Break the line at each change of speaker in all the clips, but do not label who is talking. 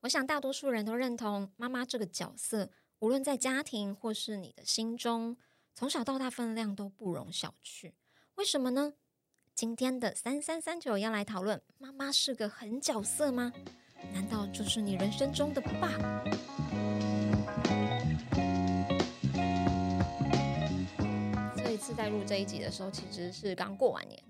我想大多数人都认同妈妈这个角色，无论在家庭或是你的心中，从小到大分量都不容小觑。为什么呢？今天的三三三九要来讨论：妈妈是个狠角色吗？难道就是你人生中的爸爸？这一次在录这一集的时候，其实是刚过完年。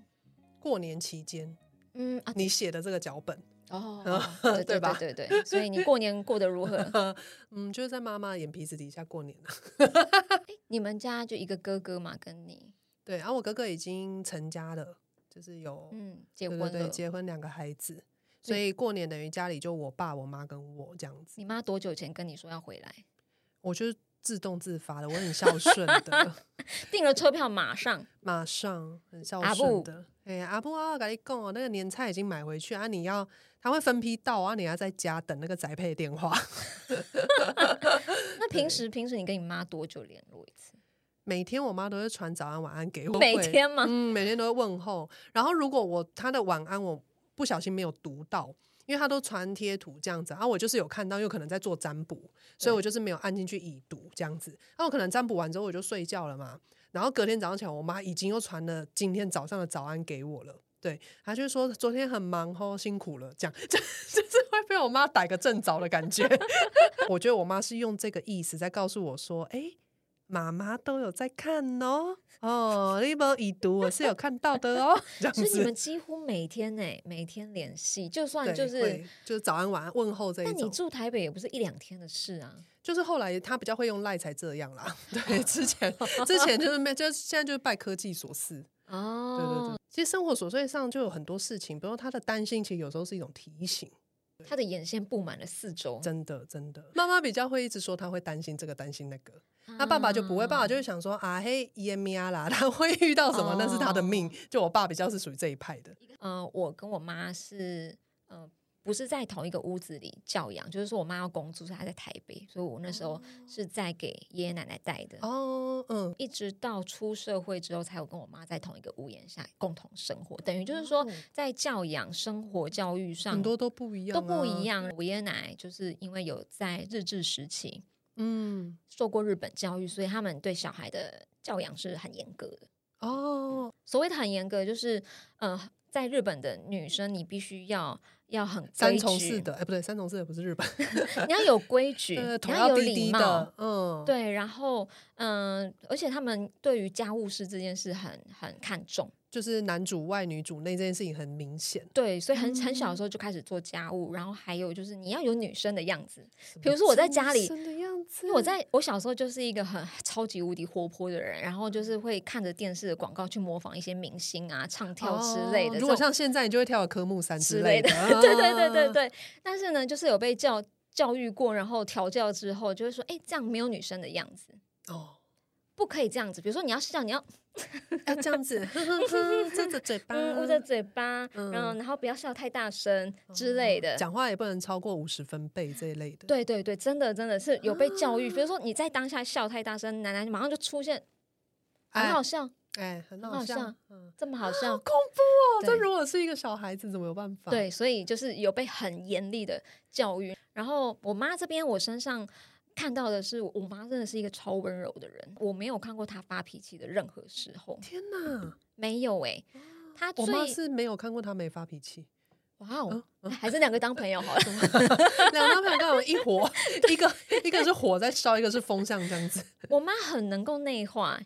过年期间
嗯啊，
你写的这个脚本，
哦，哦对
对
对
吧
对对对，所以你过年过得如何？
嗯，就是在妈妈眼皮子底下过年了。啊
你们家就一个哥哥嘛，跟你，
对，啊然、后我哥哥已经成家了，就是有、
嗯，结
对
婚
对
了，
对结婚两个孩子，所以过年等于家里就我爸、我妈跟我这样子，
你妈多久前跟你说要回来？
我就是自动自发的，我很孝 顺的，
订了车票，马上
马上很孝
阿布
顺的。哎、阿布啊，我跟你讲哦，那个年菜已经买回去啊，你要他会分批到啊，你要在家等那个宅配电话。
那平时平时你跟你妈多久联络一次？
每天我妈都会传早安晚安给我，
每
会
天吗
嗯，每天都会问候。然后如果我她的晚安我不小心没有读到，因为她都传贴图这样子，然、后我就是有看到，又可能在做占卜，所以我就是没有按进去已读这样子。然后我可能占卜完之后我就睡觉了嘛，然后隔天早上起来，我妈已经又传了今天早上的早安给我了。对，她就说昨天很忙哦，辛苦了，这样， 就就是会被我妈逮个正着的感觉。 我觉得我妈是用这个意思在告诉我说，哎、妈妈都有在看哦，哦，你无已读，我是有看到的哦，这样
所以你们
子。
几乎每天呢、每天联系，就
对
算就
会
是，
就是早安晚安问候这一
但你
种，
住台北也不是一两天的事啊。
就是后来她比较会用赖才这样啦。
哦
对，之前之前就是没，就是现在就是拜科技所赐。对对
哦，
对，其实生活琐碎上就有很多事情，比如说她的担心，其实有时候是一种提醒，
他的眼线布满了四周，
真的真的。妈妈比较会一直说她会担心这个担心那个，那爸爸就不会，爸
嗯
爸就会想说啊嘿伊耶米亚啦， 他会遇到什么那是他的
哦
命。就我爸比较是属于这一派的，
呃，我跟我妈是呃，不是在同一个屋子里教养，就是说我妈要工作，所以她在台北，所以我那时候是在给爷爷奶奶带的。
哦，嗯，
一直到出社会之后，才有跟我妈在同一个屋檐下共同生活，等于就是说
哦，
在教养、生活、教育上
很多都不一样、啊
都不一。样。我爷爷奶奶就是因为有在日治时期
嗯，
受过日本教育，所以他们对小孩的教养是很严格的。
哦，
所谓的很严格，就是呃，在日本的女生，你必须要要很
三
规
重
矩
四的，哎、不对，三重四的不是日 本，
你要有规 矩，
呃，
你
头
要有
低
礼
低
貌
的，，嗯，，
对。然后嗯、而且他们对于家务事这件事很很看重，
就是男主外女主内这件事情很明显。
对，所以很很小的
嗯
时候就开始做家务，然后还有就是你要有女生的样子，
什
比如
么
说我在家里
真的样子，
因为我在我小时候就是一个很超级无敌活泼的人，然后就是会看着电视的广告去模仿一些明星啊、唱跳之类的
哦
这种。
如果像现在，你就会跳科目三
之
类
类
的
的，
啊
对对对对对。但是呢，就是有被教教育过，然后调教之后，就会说，哎，这样没有女生的样子，
哦，
不可以这样子。比如说你要笑，你要
要这样子，哼哼哼张着嘴巴，
嗯捂着嘴巴，
嗯哦
然后然后不要笑太大声之类的。
讲话也不能超过五十分贝这一类的。
对对对，真的真的是有被教育。比
啊
如说你在当下笑太大声，奶奶马上就出现，很
哎
好笑，
哎，很
很
好
好
笑，
笑
嗯，
这么好笑。
恐怖哦！这
对
如果是一个小孩子，怎么有办法？，
对，所以就是有被很严厉的教育。然后我妈这边，我身上看到的是，我妈真的是一个超温柔的人，我没有看过她发脾气的任何时候，
天哪，
没有诶、她最
哦我妈是嗯没有看过他没发脾气，
哇哦，还是两个当朋友好了。
两张朋友刚好一 火，一个一个是火在烧，一个是风向这样子。
我妈很能够内化，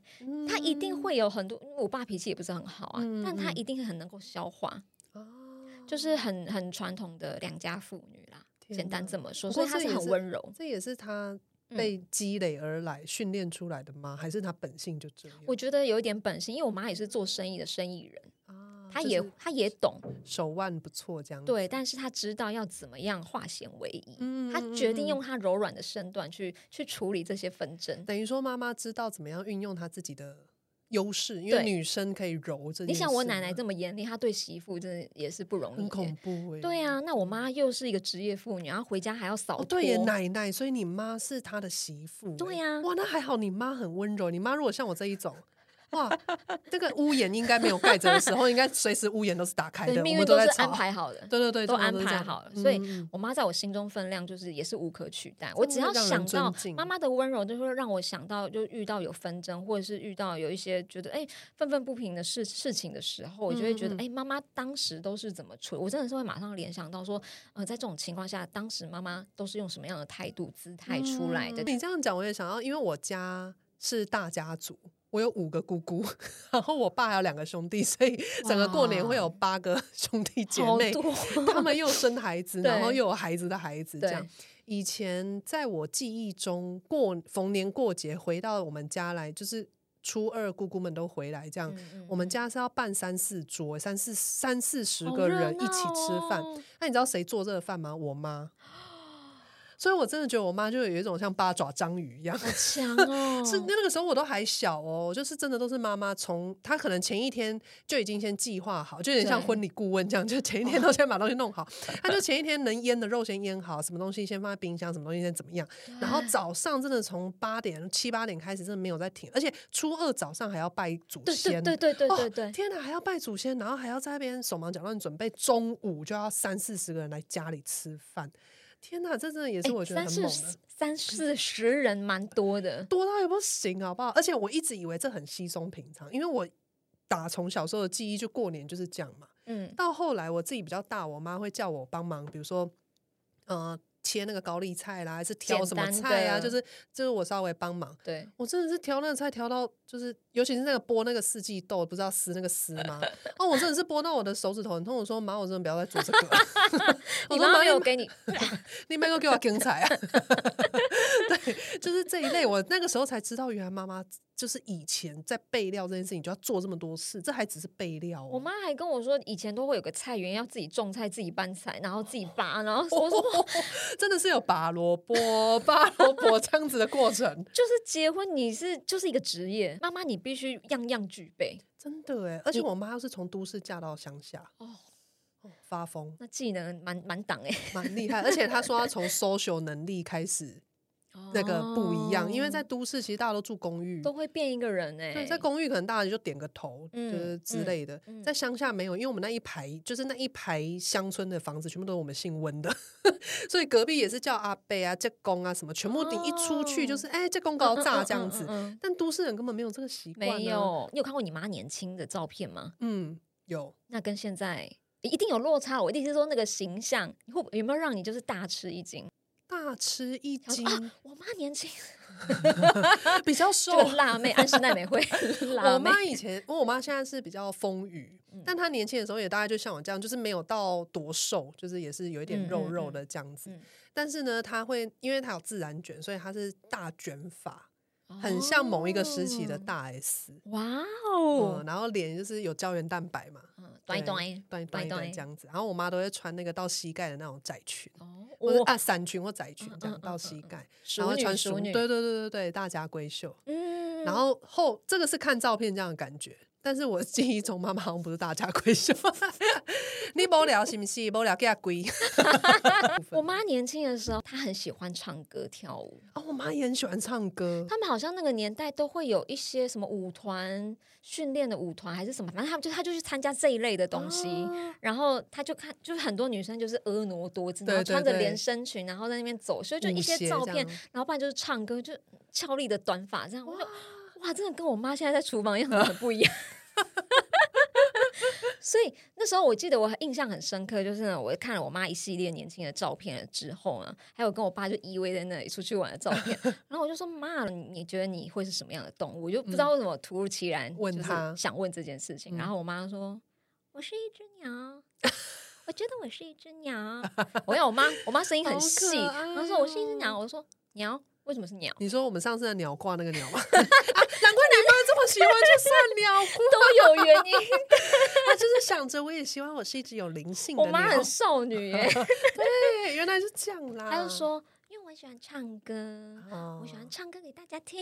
她一定
嗯
会有很多。因为我爸脾气也不是很好啊，
嗯
但她
嗯
一定很能够消化，
哦
就是很很传统的良家妇女啦。
天
简单
哪
这么说，
不
所以
过
她
这
是
也
很
是
温柔。
哦这也是他
嗯
被积累而来训练出来的吗？还是他本性就这样？
我觉得有一点本事，因为我妈也是做生意的生意人，
啊
她
就
也
是嗯
她也懂，
手腕不错这样子。
对，但是他知道要怎么样化险为夷，
嗯，嗯
他决定。
嗯嗯
用他柔软的身段去去处理这些纷争。
等于说妈妈知道怎么样运用她自己的优势，因为
对
女生可以柔这件事嘛。
你想，我奶奶这么严厉，她对媳妇真的也是不容易
很恐
耶。
怖哎、
对啊，那我妈又是一个职业妇女，然后回家还要扫
哦
拖。
对耶，奶奶，所以你妈是她的媳妇欸、
对啊
哇，那还好，你妈很温柔。你妈如果像我这一种，哇，这个屋檐应该没有盖着的时候，应该随时屋檐都是打开
对，
的，
命
我
运
们
都
在
是
吵
安。排好的，
对对对，
都
通常
安
是这
排
样
好了，所以
嗯
我妈在我心中分量就是也是无可取代。我
真
只
的
要
让人
想到
尊敬
妈妈的温柔，就会让我想到，就遇到有纷争或者是遇到有一些觉得哎愤愤不平的事事情的时候，我就会觉得
嗯嗯嗯
哎妈妈当时都是怎么处理？我真的是会马上联想到说，呃，在这种情况下，当时妈妈都是用什么样的态度、姿态出来的
嗯？你这样讲，我也想要，因为我家是大家族，我有五个姑姑，然后我爸还有两个兄弟，所以整个过年会有八个 兄弟姐
好
妹。
多，
他们又生孩子，然后
对
又有孩子的孩子，这样
对。
以前在我记忆中，过逢年过节回到我们家来，就是初二姑姑们都回来，这样。
嗯
我们家是要办三四桌，三四三四十
好
个
热
人一起
闹
吃饭。
哦
那你知道谁做这个饭吗？我妈。所以，我真的觉得我妈就有一种像八爪章鱼一样。
好强哦，
是那个时候我都还小哦，就是真的都是妈妈从她可能前一天就已经先计划好，就有点像
对
婚礼顾问这样，就前一天都先把东西弄好，她就前一天能腌的肉先腌好，什么东西先放在冰箱，什么东西先怎么样。然后早上真的从八点七八点开始，真的没有在停，而且初二早上还要拜祖
对
先，
对对对对
哦
对对，
天哪，还要拜祖先，然后还要在那边手忙脚乱准备，中午就要三四十个人来家里吃饭。天哪，这真的也是
哎
我觉得很
三
猛
四
的，
十三四十人蛮多的，
多到也不行，好不好？而且我一直以为这很稀松平常，因为我打从小时候的记忆就过年就是这样嘛。
嗯，
到后来我自己比较大，我妈会叫我帮忙，比如说，呃，切那个高丽菜啦，还是挑
简
什么
单
菜啊，
的
就是就是我稍微帮忙。
对，
我真的是挑那个菜挑到，就是尤其是那个剥那个四季豆，不是要撕那个丝吗？哦，我真的是剥到我的手指头很痛。我说妈，我真的不要再做这个了。 我
你
说
妈
妈
妈有
你
给你，
你没有给我精彩啊！ 对，就是这一类。我那个时候才知道，原来妈妈就是以前在备料这件事情就要做这么多事，这还只是备料、哦。
我妈还跟我说，以前都会有个菜园要自己种菜、自己搬菜，然后自己拔，然后我说
真的是有拔萝卜、拔萝卜这样子的过程。
就是结婚你是就是一个职业，妈妈你必须样样具备
真的哎，而且我妈又是从都市嫁到乡下，
哦，
哦发疯
那技能蛮蛮挡哎，
蛮厉害。而且她说她从 social 能力开 始那个不一样，因为在
哦
都市其实大家都住公寓，
都会变一个人哎，
对，在公寓可能大家就点个头，
嗯
就是之
嗯
类的。
嗯
在乡下没有，因为我们那一排就是那一排乡村的房子，全部都是我们姓温的， 所以隔壁也是叫阿伯啊、舅公啊什么，全部你一出去就是哎，舅、公高炸这样子。
哦嗯嗯嗯嗯
但都市人根本没有这个习惯、啊，
没。有，你有看过你妈年轻的照片吗？
嗯，有
那跟现在。一定有落差，我一定是说那个形象，你会有没有让你就是大吃一惊？
大吃一
想
惊
说，啊，我妈年轻，
比较瘦
啊这。个辣妹安室奈美惠，辣
我
妹嗯
妈以前，我我妈现在是比较丰腴，但她年轻的时候也大概就像我这样，就是没有到多瘦，就是也是有一点
嗯
肉
嗯
肉
嗯
的这样子。
嗯
但是呢，她会因为她有自然卷，所以她是大卷发，很像某一个时期的
哦
大 S。
哇
嗯，
哦，
然后脸就是有胶原蛋白嘛，
嗯，短一短
对端一端一端这样子。然后我妈都会穿那个到膝盖的那种窄裙，
哦，
或者
我
啊伞裙或窄裙
嗯
这
嗯嗯
样到
嗯
膝
嗯
盖，
熟
然后
女
穿
熟
束
女
对对对对对，大家闺秀。
嗯
然后后这个是看照片这样的感觉，但是我记忆中妈妈好像不是大家闺秀， 你无聊是不是？无聊给她龟。
我妈年轻的时候，她很喜欢唱歌跳舞，
哦，我妈也很喜欢唱歌，
他们好像那个年代都会有一些什么舞团训练的舞团还是什么，反正他们就她就去参加这一类的东西。
啊
然后她就看，就是很多女生就是婀娜多姿，然后
对对
穿着
对
连身裙，然后在那边走，所以就
舞
一些
鞋
照
这
片
样，
然后不然就是唱歌，就俏丽的短发这样，我就哇，真的跟我妈现在在厨房样子很不一 样。所以那时候我记得我印象很深刻，就是呢，我看了我妈一系列年轻的照片了之后呢，还有跟我爸就依偎在那里出去玩的照 片，然后我就说妈，你你觉得你会是什么样的动物？我就不知道为什么突如其然
嗯问
就是
她
想问这件事情，
嗯
然后我妈说我是一只鸟。我觉得我是一只鸟，我要我妈，我妈声音
好
很
可
细，然后说
爱
我是一只
哦
鸟，我说鸟为什么是鸟？
你说我们上次的鸟挂那个鸟吗？ 啊，难怪你妈这么喜欢去算鸟挂，
都有原因。
她就是想着我也希望我是一只有灵性的
我
鸟。
妈很少女 耶、
对，原来是这样啦。
她就说，因为我喜欢唱歌，
哦，
我喜欢唱歌给大家听。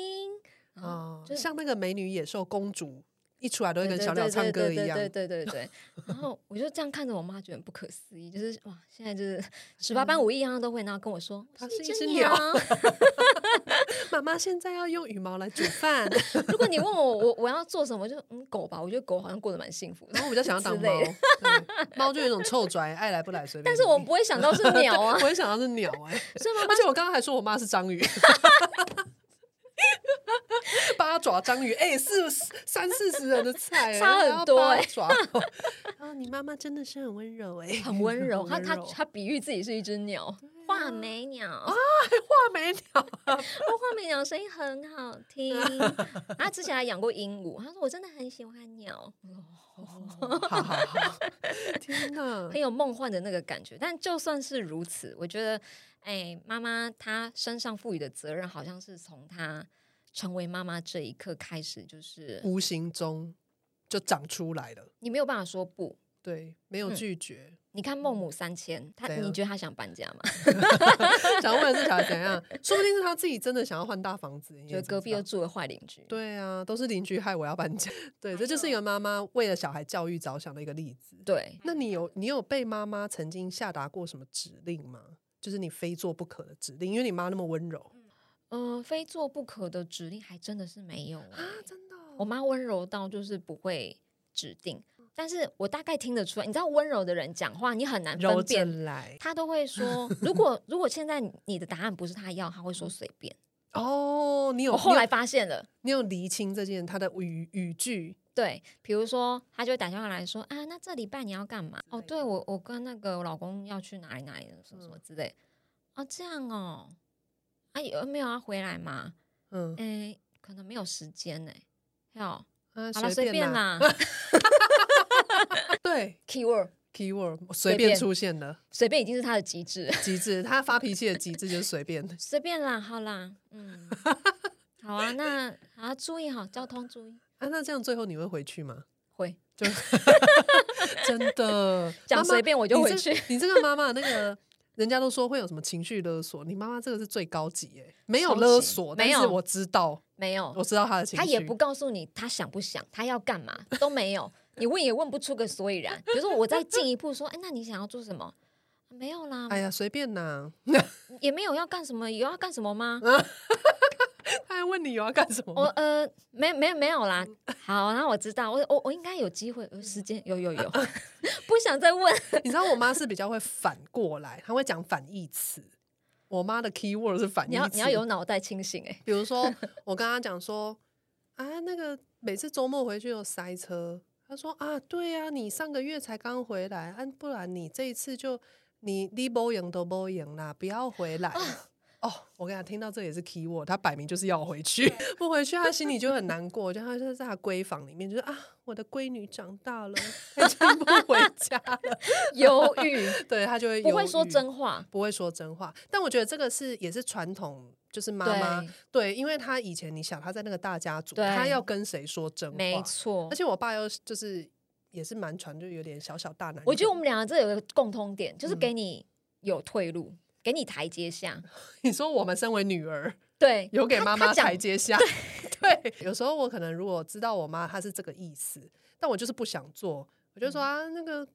然后
哦，
就是
像那个美女野兽公主一出来都会跟
对
小
对
鸟唱歌
对
一
对
样。
对对对对对。然后我就这样看着我妈，觉得很不可思议，就是哇，现在 就是十八般武艺样样都会，然后跟我说
它
我嗯是
是
一
一
只
只
鸟。
妈妈现在要用羽毛来煮饭，
如果你问我我我要做什么，我就嗯狗吧，我觉得狗好像过得蛮幸福 的
然。后我比较想要当
之
猫
类的，
对猫就有一种臭拽，爱来不来随便你。
但是我们不会想到是鸟啊，
我也想到是鸟哎、
所以妈妈
而且我刚刚还说我妈是章鱼，八爪章鱼哎、四是三四十人的菜、欸，
差很多欸
哎、 爪。啊，你妈妈真的是很温柔 哎、
很温柔，她
很
她
柔
她比喻自己是一只鸟，画眉鸟啊，
画眉鸟，
哦画眉鸟声音很好听。她之前还养过鹦鹉，她说我真的很喜欢鸟，
好好好，天哪！
很有梦幻的那个感觉。但就算是如此，我觉得，哎，妈妈她身上赋予的责任，好像是从她成为妈妈这一刻开始，就是
无形中就长出来了，
你没有办法说不。
对，没有
嗯
拒绝。
你看孟母三迁，她
怎
你
样
觉得她想搬家吗？
想问的是想要怎样？说不定是他自己真的想要换大房子，你
觉得
也不
隔
知
壁
道
又住了坏邻居。
对啊，都是邻居害我要搬家。 对，
还
这就是一
有
个妈妈为了小孩教育着想的一个例子。
对，
那你有你有被妈妈曾经下达过什么指令吗？就是你非做不可的指令，因为你妈那么温柔
嗯、非做不可的指令还真的是没有、欸。
真的哦
我妈温柔到就是不会指定，但是我大概听得出来，你知道温柔的人讲话，你很难
揉
分
着
辨
来
他都会说，如果如果现在你的答案不是他要，他会
嗯
说随便。
哦。你有
我后来
你有
发现了，
你有厘清这件他的语语句
对，比如说他就会打电话来说啊，那这礼拜你要干嘛？哦，对我我跟那个我老公要去哪里哪里什么
嗯
什么之类。哦，这样哦，啊有没有要回来嘛？
嗯，
诶、可能没有时间呢、要
啊
嗯好了，
随
随便
啦，
啦。
对
keyword
，keyword
随
随
便
便出现了
随便已经是他的极致，
极致，他发脾气的极致就是随便。
随便啦，好啦， 嗯，好啊，那啊注意好交通，注意
啊，那这样最后你 会回去吗？
会
就真的
讲
妈妈
随便我就
你
回
这
去
你这个妈妈那个，人家都说会有什么情绪勒索，你妈妈这个是最高级耶，没有
超
勒
级
索，
没
但是
有
我知道，
没有
我知道她的情绪，
他也不告诉你他想不想，他要干嘛都没有，你问也问不出个所以然。比如说，我再进一步说，哎，那你想要做什么？没有啦，
哎呀随便呐，
也没有要干什么，有要干什么吗？
嗯她还问你有要干什么
我
吗？
呃，没没没有啦。
嗯
好，那我知道，我我我应该有机会，有时间，有有有，
嗯
不想再 问。
你知道我妈是比较会反过来，她会讲反义词，我妈的 key word 是反义
你要
词，
你要有脑袋清醒哎、
比如 说，我跟他讲说，啊，那个每次周末回去都塞车。他说啊，对啊，你上个月才刚回来，啊，不然你这一次就你你不赢都不赢啦，不要回来了。 哦，我跟他听到这也是 key word，他摆明就是要回去，不回去他心里就很难过，就他就在他闺房里面，就是啊，我的闺女长大了，她已经不回家了，
犹豫，
对他就会
不会
犹
说
豫
真话。
不会说真话。但我觉得这个是也是传统，就是妈妈
对
对，因为她以前你想她在那个大家族，
对
她要跟谁说真
没
话？
错
而，且我爸又就是也是蛮传，就有点小小大男人。
我觉得我们两个这有个共通点，就是
嗯
给你有退路，给你台阶 下。
你说我们身为女儿，
对，
有给
他
妈
他
妈
讲
台阶下。 对，有时候我可能如果知道我妈她是这个意思，但我就是不想做，我就说啊那个。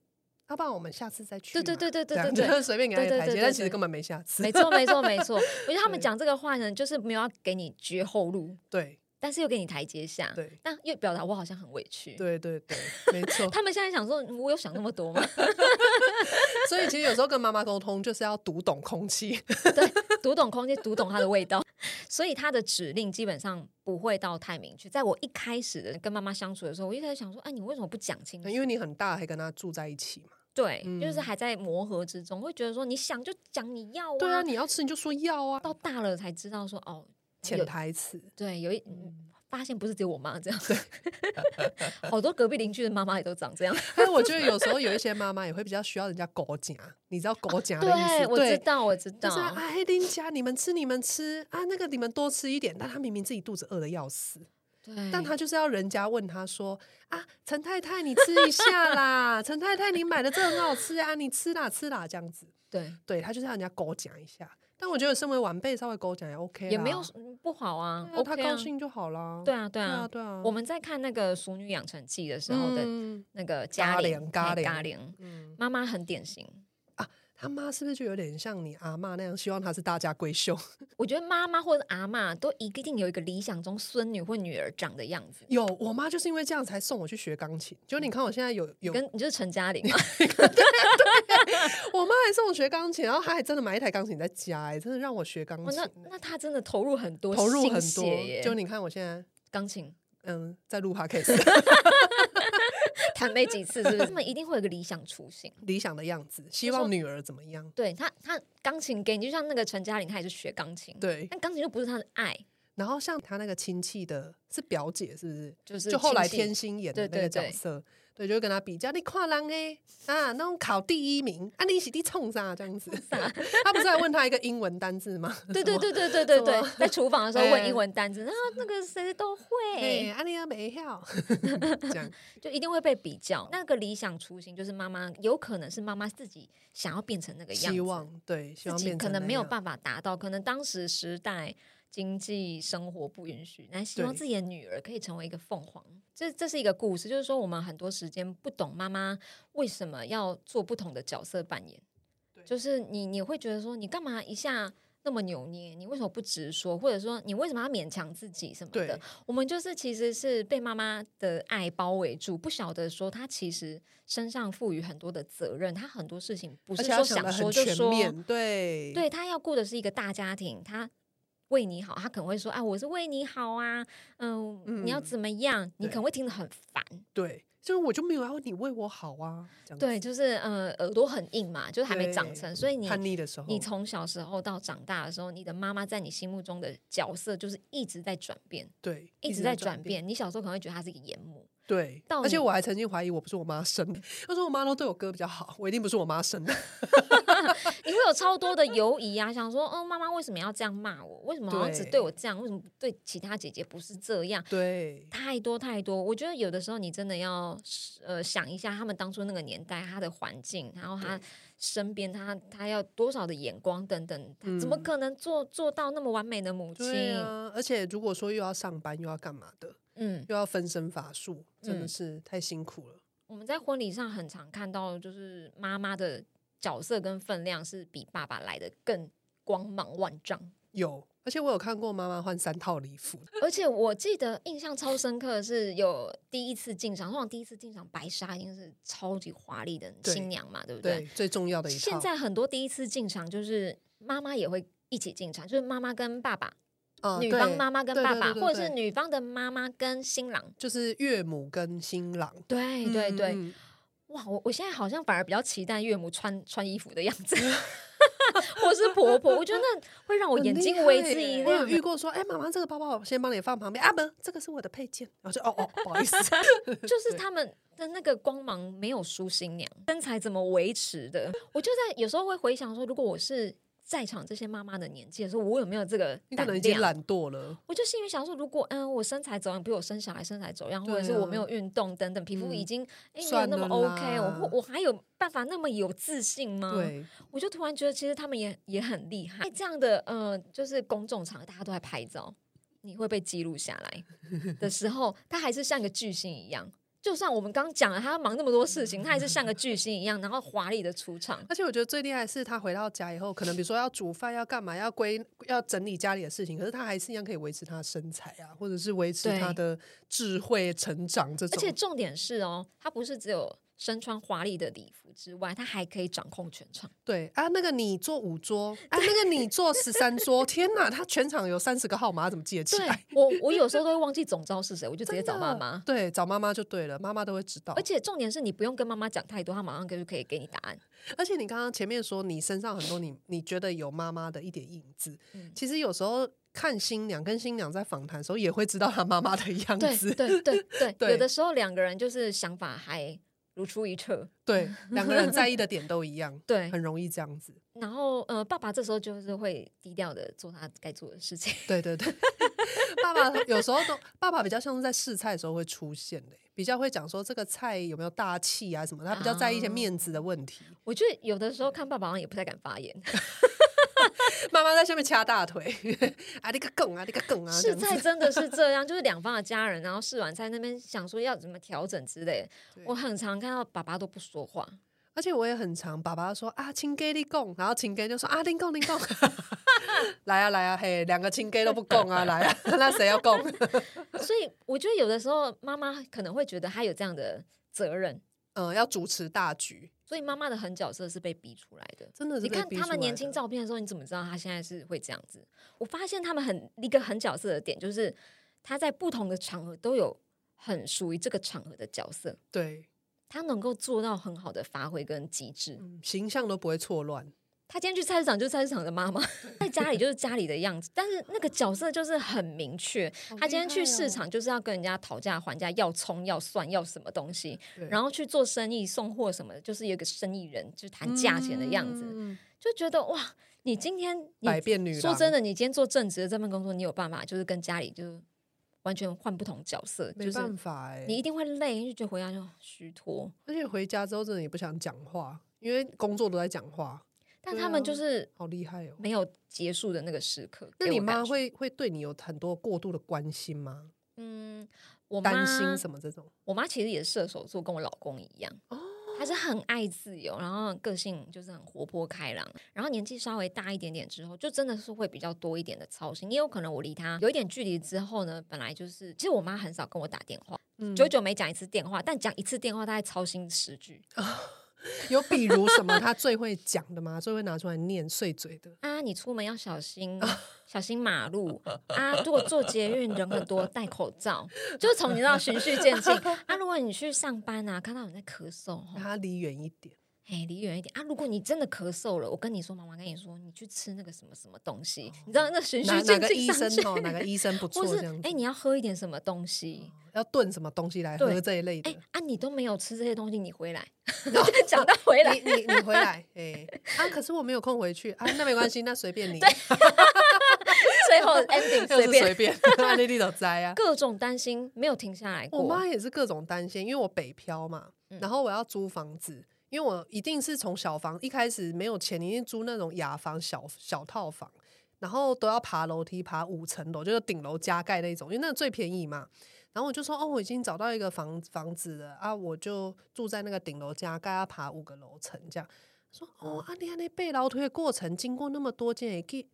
要、不然我们下次再去
嗯
嘛。
对对对对对
这样
对对
就是随便给她一
对
个
对
台
对
阶，
对
但其
对
实根本没下次
没。错，没错，没 错。我觉得他们
对
讲这个话呢，就是没有要给你绝后路，
对
但是又给你台阶下，
对
但又表达我好像很委屈。
对对对，没错。
他们现在想说，嗯我有想那么多吗？
所以其实有时候跟妈妈沟通，就是要读懂空气。
对，读懂空间，读懂它的味道， 所以他的指令基本上不会到太明确。在我一开始的跟妈妈相处的时候，我一开始想说，哎，你为什么不讲清楚？
因为你很大，还跟他住在一起嘛。
对，
嗯
就是还在磨合之中，会觉得说你想就讲你要啊，
对啊，你要吃你就说要啊。
到大了才知道说哦，
潜
有
台词，
对，有一、
嗯
发现不是只有我妈这样，好多隔壁邻居的妈妈也都长这样。
但我觉得有时候有一些妈妈也会比较需要人家狗夹，你知道狗夹的意
对，
思？
我知
对，
道，我知道，
就是啊，黑丁夹，你们吃你们吃啊，那个你们多吃一点。但他明明自己肚子饿的要死，
对，
但他就是要人家问他说啊，陈太太你吃一下啦，陈太太你买的这很好吃啊，你吃啦吃啦这样子。
对
对他就是要人家狗夹一下。但我觉得身为晚辈稍微狗夹也 OK，
也没
啦
有嗯不好啊
对啊他
，OK 啊
高，兴就好啦。
对啊，对
对
啊
啊，。对啊，
我们在看那个《熟女养成记》的时候的
嗯
那个
嘎
嘉玲，
玲嘎
嘿
玲
嘎玲，
嗯
妈妈很典型。
他妈是不是就有点像你阿妈那样，希望她是大家闺秀？
我觉得妈妈或者阿嬷都一定有一个理想中孙女或女儿长的样子。
有，我妈就是因为这样才送我去学钢琴。就你看我现在有
嗯
有，
跟你就是陈嘉玲嘛，
我妈还送我学钢琴，然后她还真的买一台钢琴在家、哎，真的让我学钢
哇
琴
那，那她真的投入很多，
投入很
心
多
血耶。
就你看我现在，
钢琴
嗯，在 录 podcast
弹没几次，是不是？他 们一定会有一个理想雏形。
理想的样子，希
就说
望女儿怎么样？
对她，她钢琴给你，就像那个陈嘉玲，她也是学钢琴，
对，
但钢琴又不是她的爱，
然后像她那个亲戚的，是表姐是不是？
就是
就后来
亲戚
天心演的
对
那
对
个角色，对，就会跟他比较，你跨人哎啊，那种考第一名啊，你一起地冲啥这样子？他不是还问他一个英文单 字吗？
对对对对对对对
什么，
在厨房的 时候问
哎
英文单词，然后啊那个谁谁都
哎，
会，
阿丽亚 没票，这样
就一定会被比较。那个理想雏形就是妈妈，有可能是妈妈自己想要变成那个样子，
希望对，希
自
望
己
变
可
成
能
那
没有
样
办法达到，可能当时时代经济生活不允许，但希望
对
自己的女儿可以成为一个凤凰。这这是一个故事，就是说我们很多时间不懂妈妈为什么要做不同的角色扮演
对，
就是你你会觉得说你干嘛一下。那么扭捏，你为什么不直说？或者说，你为什么要勉强自己什么的
对？
我们就是其实是被妈妈的爱包围住，不晓得说她其实身上赋予很多的责任，她很多事情不
而
是
且他
说
想
想
的
说
很
就
全
说，
面，对
对他要顾的是一个大家庭，他为你好，他可能会说：“哎，我是为你好啊，嗯，你要
嗯
怎么样？”你
对
可能会听得很烦，
对，就是我就没有要你为我好啊，这样
对，
子
就是呃，耳朵很硬嘛，就是还没长
对
成，所以你
叛逆的时候，
你从小时候到长大的时候，你的妈妈在你心目中的角色就是一直在转变，
对
一直在
在
转，变。你小时候可能会觉得她是一个严母，
对，
到
而且
你
我还曾经怀疑我不是我妈生的，他说我妈都对我哥比较好，我一定不是我妈生的，
你会有超多的犹疑啊，想说：“哦，妈妈为什么要这样骂我？为什么好像只对
对
我这样？为什么对其他姐姐不是这样？”
对
太多太多，我觉得有的时候你真的要呃想一下，他们当初那个年代，他的环境，然后他
对
身边他他要多少的眼光等等，他怎么
嗯
可能做做到那么完美的母
对
亲？
啊，而且如果说又要上班又要干嘛的，
嗯，
又要分身乏术，真
嗯
的是太辛苦了。
我们在婚礼上很常看到，就是妈妈的角色跟分量是比爸爸来的更光芒万丈。
有，而且我有看过妈妈换三套礼服，
而且我记得印象超深刻的是，有第一次进场，通常第一次进场白纱一定是超级华丽的
对
新娘嘛，对不对？
对，最重要的一套。
现在很多第一次进场就是妈妈也会一起进场，就是妈妈跟爸爸，
啊
女方
对
妈妈跟
对
爸
对
爸，
对对
或者是
对
女方的妈妈跟新郎。
就是岳母跟新郎，
对哎对
嗯
对，
嗯
哇！我我现在好像反而比较期待岳母穿穿衣服的样子， 或是婆婆，我觉得那会让我
很
哦眼
厉
睛为
害
之
耶
一
我有
亮。
遇过说，哎，妈妈这个包包我先帮你放旁边啊，不，这个是我的配件。然后就哦哦，不好 意思，
就是
对
他们的那个光芒没有输新娘，身材怎么维持的？我就在有时候会回想说，如果我是在场这些妈妈的年纪的时候，我有没有这个
你可
胆
能已经
量？
懒惰了。
我就心里想说，如果嗯，我身材走样，比我生小孩身材走样，或
对啊
者是我没有运动等等，皮肤
嗯
已经哎、没有
算
那么
了
OK，我
啦
或我还有办法那么有自信吗？，
对，
我就突然觉得其实他们也也很厉害。这样的呃，就是公众场合大家都在拍照，你会被记录下 来的时候，他还是像个巨星一样。就算我们刚讲了，他要忙那么多事情，他还是像个巨星一样，然后华丽的出场。
而且我觉得最厉害的是他回到家以后，可能比如说要煮饭、要干嘛、要归、要整理家里的事情，可是他还是一样可以维持他的身材啊，或者是维持
对
他的智慧成长这
而
种。
且重点是哦，他不是只有身穿华丽的礼服之外，他还可以掌控全场。
对啊，那个你坐五桌，啊，那个你坐十三桌，天哪，他全场有三十个号码，他怎么记得起
对
来？
我，我有时候都会忘记总招是谁，我就直接找
真
妈
的哦
妈。
对，找妈妈就对了，妈妈都会知道。
而且重点是你不用跟妈妈讲太多，她马上就可以给你答案。
而且你刚刚前面说你身上很多你你觉得有妈妈的一点影子，
嗯
其实有时候看新娘跟新娘在访谈的时候也会知道她妈妈的样
对
子，
对对 对，
对
有的时候两个人就是想法还如出一辙。，
对，两个人在意的点都一样
对，
很容易这样子。
然后呃，爸爸这时候就是会低调的做他该做的事情。
对对 对，爸爸有时候都爸爸比较像是在试菜的时候会出现的、比较会讲说这个菜有没有大气啊什么的，他比较在意一些面子的问题。
我觉得有的时候看爸爸好像也不太敢发言，
妈妈他在下面掐大腿， 啊那个梗啊那个梗啊，这
试
样子
菜真的是这样，就是两方的家人，然后试完菜那边想说要怎么调整之类的
对
我很常看到爸爸都不说话，
而且我也很常，爸爸说啊，亲给你供，然后亲给就说啊，你供你供， 来啊来啊，嘿，两个亲给都不供啊，来啊， 那谁要供？
所以我觉得有的时候妈妈可能会觉得她有这样的责任，
嗯，要主持大局，
所以妈妈的狠角色是被逼出来的。
真的是
你
被
看
逼
他
出来
们年轻
的
照片的时候，你怎么知道他现在是会这样子？我发现他们很一个很角色的点，就是他在不同的场合都有很属于这个场合的角色，
对，
他能够做到很好的发挥跟极致。
嗯形象都不会错乱，
他今天去菜市场就是菜市场的妈妈， 在家里就是家里的样子，但是那个角色就是很明确。他今天去
哦
市场就是要跟人家讨价还价，要葱要蒜要什么东西，
对，
然后去做生意送货什么的，就是有一个生意人就是谈价钱的样子，
嗯
就觉得哇，你今天你
百变女
说真
的，
的，你今天做正职的这份工作，你有办法就是跟家里就完全换不同角色，
没
就是
办法哎、
你一定会累，就觉得回家就虚脱。
而且回家之后真的也不想讲话，因为工作都在讲话，
但
对
他们
啊
就是
好厉害哦。
没有结束的那个时刻。
那
给
你
我感
妈
觉
会会对你有很多过度的关心吗？
嗯，我妈
担心什么这种？
我妈其实也是射手座，跟我老公一样。她是很爱自由，然后个性就是很活泼开朗，然后年纪稍微大一点点之后，就真的是会比较多一点的操心。也有可能我离她有一点距离之后呢，本来就是，其实我妈很少跟我打电话，
嗯
久久没讲一次电话，但讲一次电话大概操心十句
有比如什么他最会讲的吗？最会拿出来念碎嘴的？
啊！你出门要小心，小心马路啊！如果坐捷运人很多，戴口罩，就是从你知道循序渐进 啊。如果你去上班啊，看到你在咳嗽，吼
让他离远一点。
哎，离远一点啊！如果你真的咳嗽了，我跟你说，妈妈跟你说，你去吃那个什么什么东西，你知道那循序
哦哪哪
渐
个
进
医
上
生
去，
哦，哪个医生不错
或是
这样子？哦
哎，你要喝一点什么东西，
要炖什么东西来
对
喝这一类的
哎？啊，你都没有吃这些东西，你回来，
然后
讲到回来
哦你，你你回来，哎啊，可是我没有空回去啊，那没关系，那随便 你，
最 后 ending
就是
随便，
随 便，你你都摘啊。
各种担心没有停下来过。哦
我妈也是各种担心，因为我北漂嘛，
嗯
然后我要租房子，因为我一定是从小房一开始没有钱，一定租那种雅房小小套房，然后都要爬楼梯，爬五层楼，就是顶楼加盖那种，因为那个最便宜嘛。然后我就说，哦，我已经找到一个房房子了啊，我就住在那个顶楼加盖，要爬五个楼层这样。说
嗯
哦，啊，你安尼背楼梯的过程，经过那么多间，会去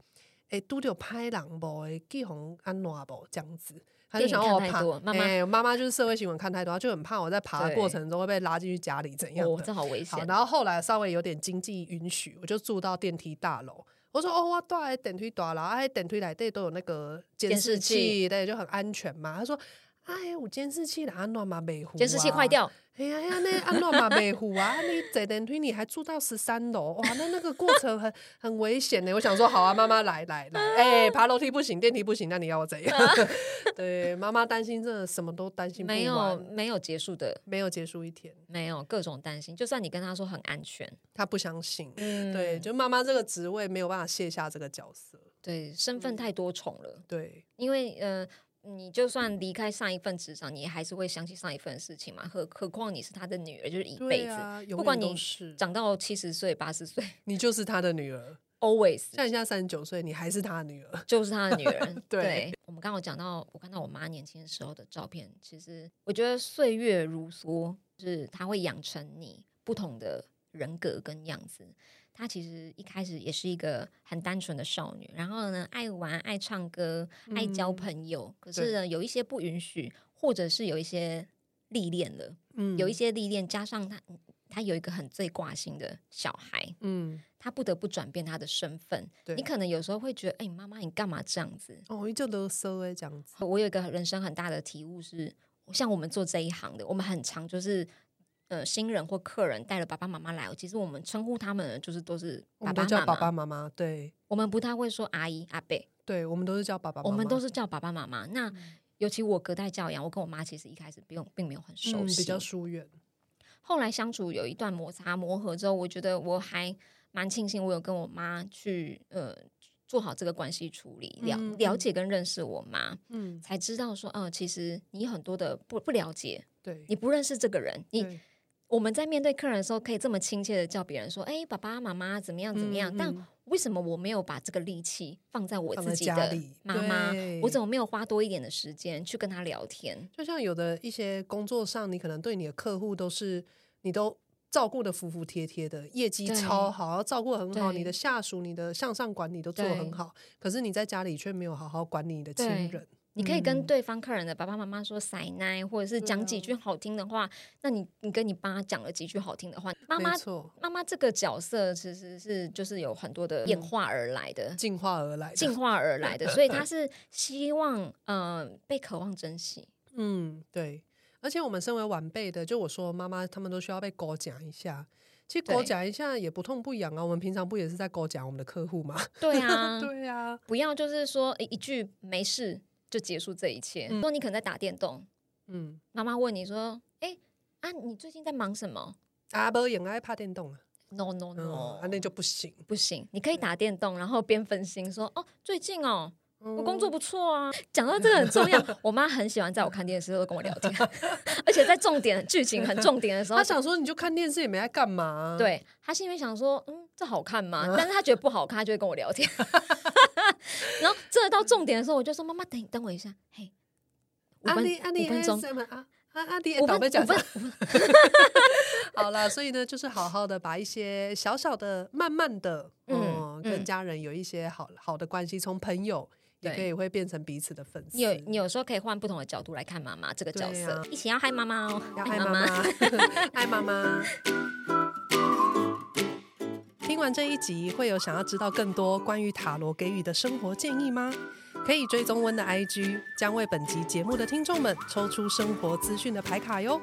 会拄着歹人无，会去红安怎无这样子，他
电
就
影
想让我
看太
爬。
多妈妈
哎妈妈就是社会新闻看太多，她就很怕我在爬的
对
过程中会被拉进去家里怎样
哦，
的。
这好危
好，
险。
然后后来稍微有点经济允许，我就住到电梯大楼。我说哦，我住在电梯大楼，哎，电梯内底都有那个监
监视
视
器
器，对，就很安全嘛。他说，哎，有监视器啦，安怎嘛袂糊、啊？
监视器坏掉，
哎呀呀，那安诺嘛北湖啊，你坐电梯你还住到十三楼，哇，那那个过程很很危险呢。我想说，好啊，妈妈来来来，哎、爬楼梯不行，电梯不行，那你要我怎样？ 对，妈妈担心，真的什么都担心不
没有
完，
没有结束的，
没有结束一天，
没有各种担心。就算你跟他说很安全，
她不相信。
嗯，
对，就妈妈这个职位没有办法卸下这个角色。
对，身
嗯
份太多重了。
对，
因为呃，你就算离开上一份职场，你还是会想起上一份事情嘛。何何况你是他的女儿，就是一辈
对
子，
啊，
不
永
管
远都
你
是
长到七十岁、八十岁
你就是她的女儿。像
，always
你现在三十九岁，你还是她的女儿。。
就是他的女人
对
我们刚刚有讲到，我看到我妈年轻时候的照片，其实我觉得岁月如梭，就是它会养成你不同的人格跟样子。她其实一开始也是一个很单纯的少女，然后呢，爱玩、爱唱歌、爱交
嗯
朋友。可是呢，有一些不允许，或者是有一些历练了，
嗯
有一些历练加上她，嗯她有一个很最挂心的小孩，
嗯，
她不得不转变她的身份。
对，
你可能有时候会觉得，哎、妈妈，你干嘛这样子？
哦，一就勒瑟哎，这样子。
我有一个人生很大的体悟是，像我们做这一行的，我们很常就是。呃，新人或客人带了爸爸妈妈来，其实我们称呼他们就是都是
我
爸
们
爸
都
妈
叫
妈，
爸爸妈妈，对
我们不太会说阿姨、阿伯，
对，我们都是叫爸爸妈妈，嗯
我们都是叫爸爸妈妈。那尤其我隔代教养，我跟我妈其实一开始不用，并没有很熟
嗯
悉，
比较疏远。
后来相处有一段摩擦磨合之后，我觉得我还蛮庆幸，我有跟我妈去呃做好这个关系处理，了
嗯
了
嗯
解跟认识我妈，
嗯，
啊才知道说，呃，其实你很多的不不了解，
对，嗯
你不认识这个人，你
对
我们在面对客人的时候，可以这么亲切的叫别人说：“哎、爸爸妈妈怎么样怎么样？”
嗯
但
嗯
为什么我没有把这个力气放在我
放
自
在
己
家
的
里
妈妈
对？
我怎么没有花多一点的时间去跟她聊天？
就像有的一些工作上，你可能对你的客户都是你都照顾的服服帖帖的，业绩
对
超好，要照顾得很好，
对
你的下属、你的向上管理都做得很
对
好，可是你在家里却没有好好管理你的亲
对
人。
你可以跟
嗯
对方客人的爸爸妈妈说塞奶，或者是
对
讲
啊
几句好听的话。那你你跟你爸讲了几句好听的话，妈妈
没错，
妈妈这个角色其实是就是有很多的
嗯
演化而来的，
进化而来的，
进化而来的，所以她是希望嗯、呃被渴望珍惜。
嗯，对。而且我们身为晚辈的，就我说妈妈，他们都需要被狗讲一下。其实狗
对
讲一下也不痛不痒啊，我们平常不也是在狗讲我们的客户吗？
对啊，
对啊，
不要就是说一一句没事就结束这一切。
嗯
说你可能在打电动，
嗯，
妈妈问你说：“哎、啊，你最近在忙什么
阿伯也爱怕电动啊，
？”No No
嗯，
No，、
啊那就不行。
不行，你可以打电动，然后边分心说：“哦，最近哦。”
嗯
我工作不错啊，讲到这个很重要。 我妈很喜欢在我看电视的时候跟我聊天， 而且在重点剧情很重点的时候
他，想说你就看电视也没在干嘛、，啊
对她心里面想说，嗯，这好看 吗？但是她觉得不好看，她就会跟我聊天。 然后这到重点的时候，我就说：“妈妈，等等我一下，嘿，五
阿
分
弟阿弟
五分钟，
什么啊？啊阿弟，
五
啊倒
分
霉讲
五分
啥好啦，所以呢，就是好好的把一些小小的、慢慢的，嗯，
嗯
跟
嗯
家人有一些好好的关系，从朋友也
对
可以会变成彼此的粉丝。
你有你有时候可以换不同的角度来看妈妈这个角
对
色，
啊
一起要嗨妈妈哦，
要爱哎妈妈， 爱妈妈。听完这一集，会有想要知道更多关于塔罗给予的生活建议吗？可以追踪温的 IG，将为本集节目的听众们抽出生活资讯的牌卡哟。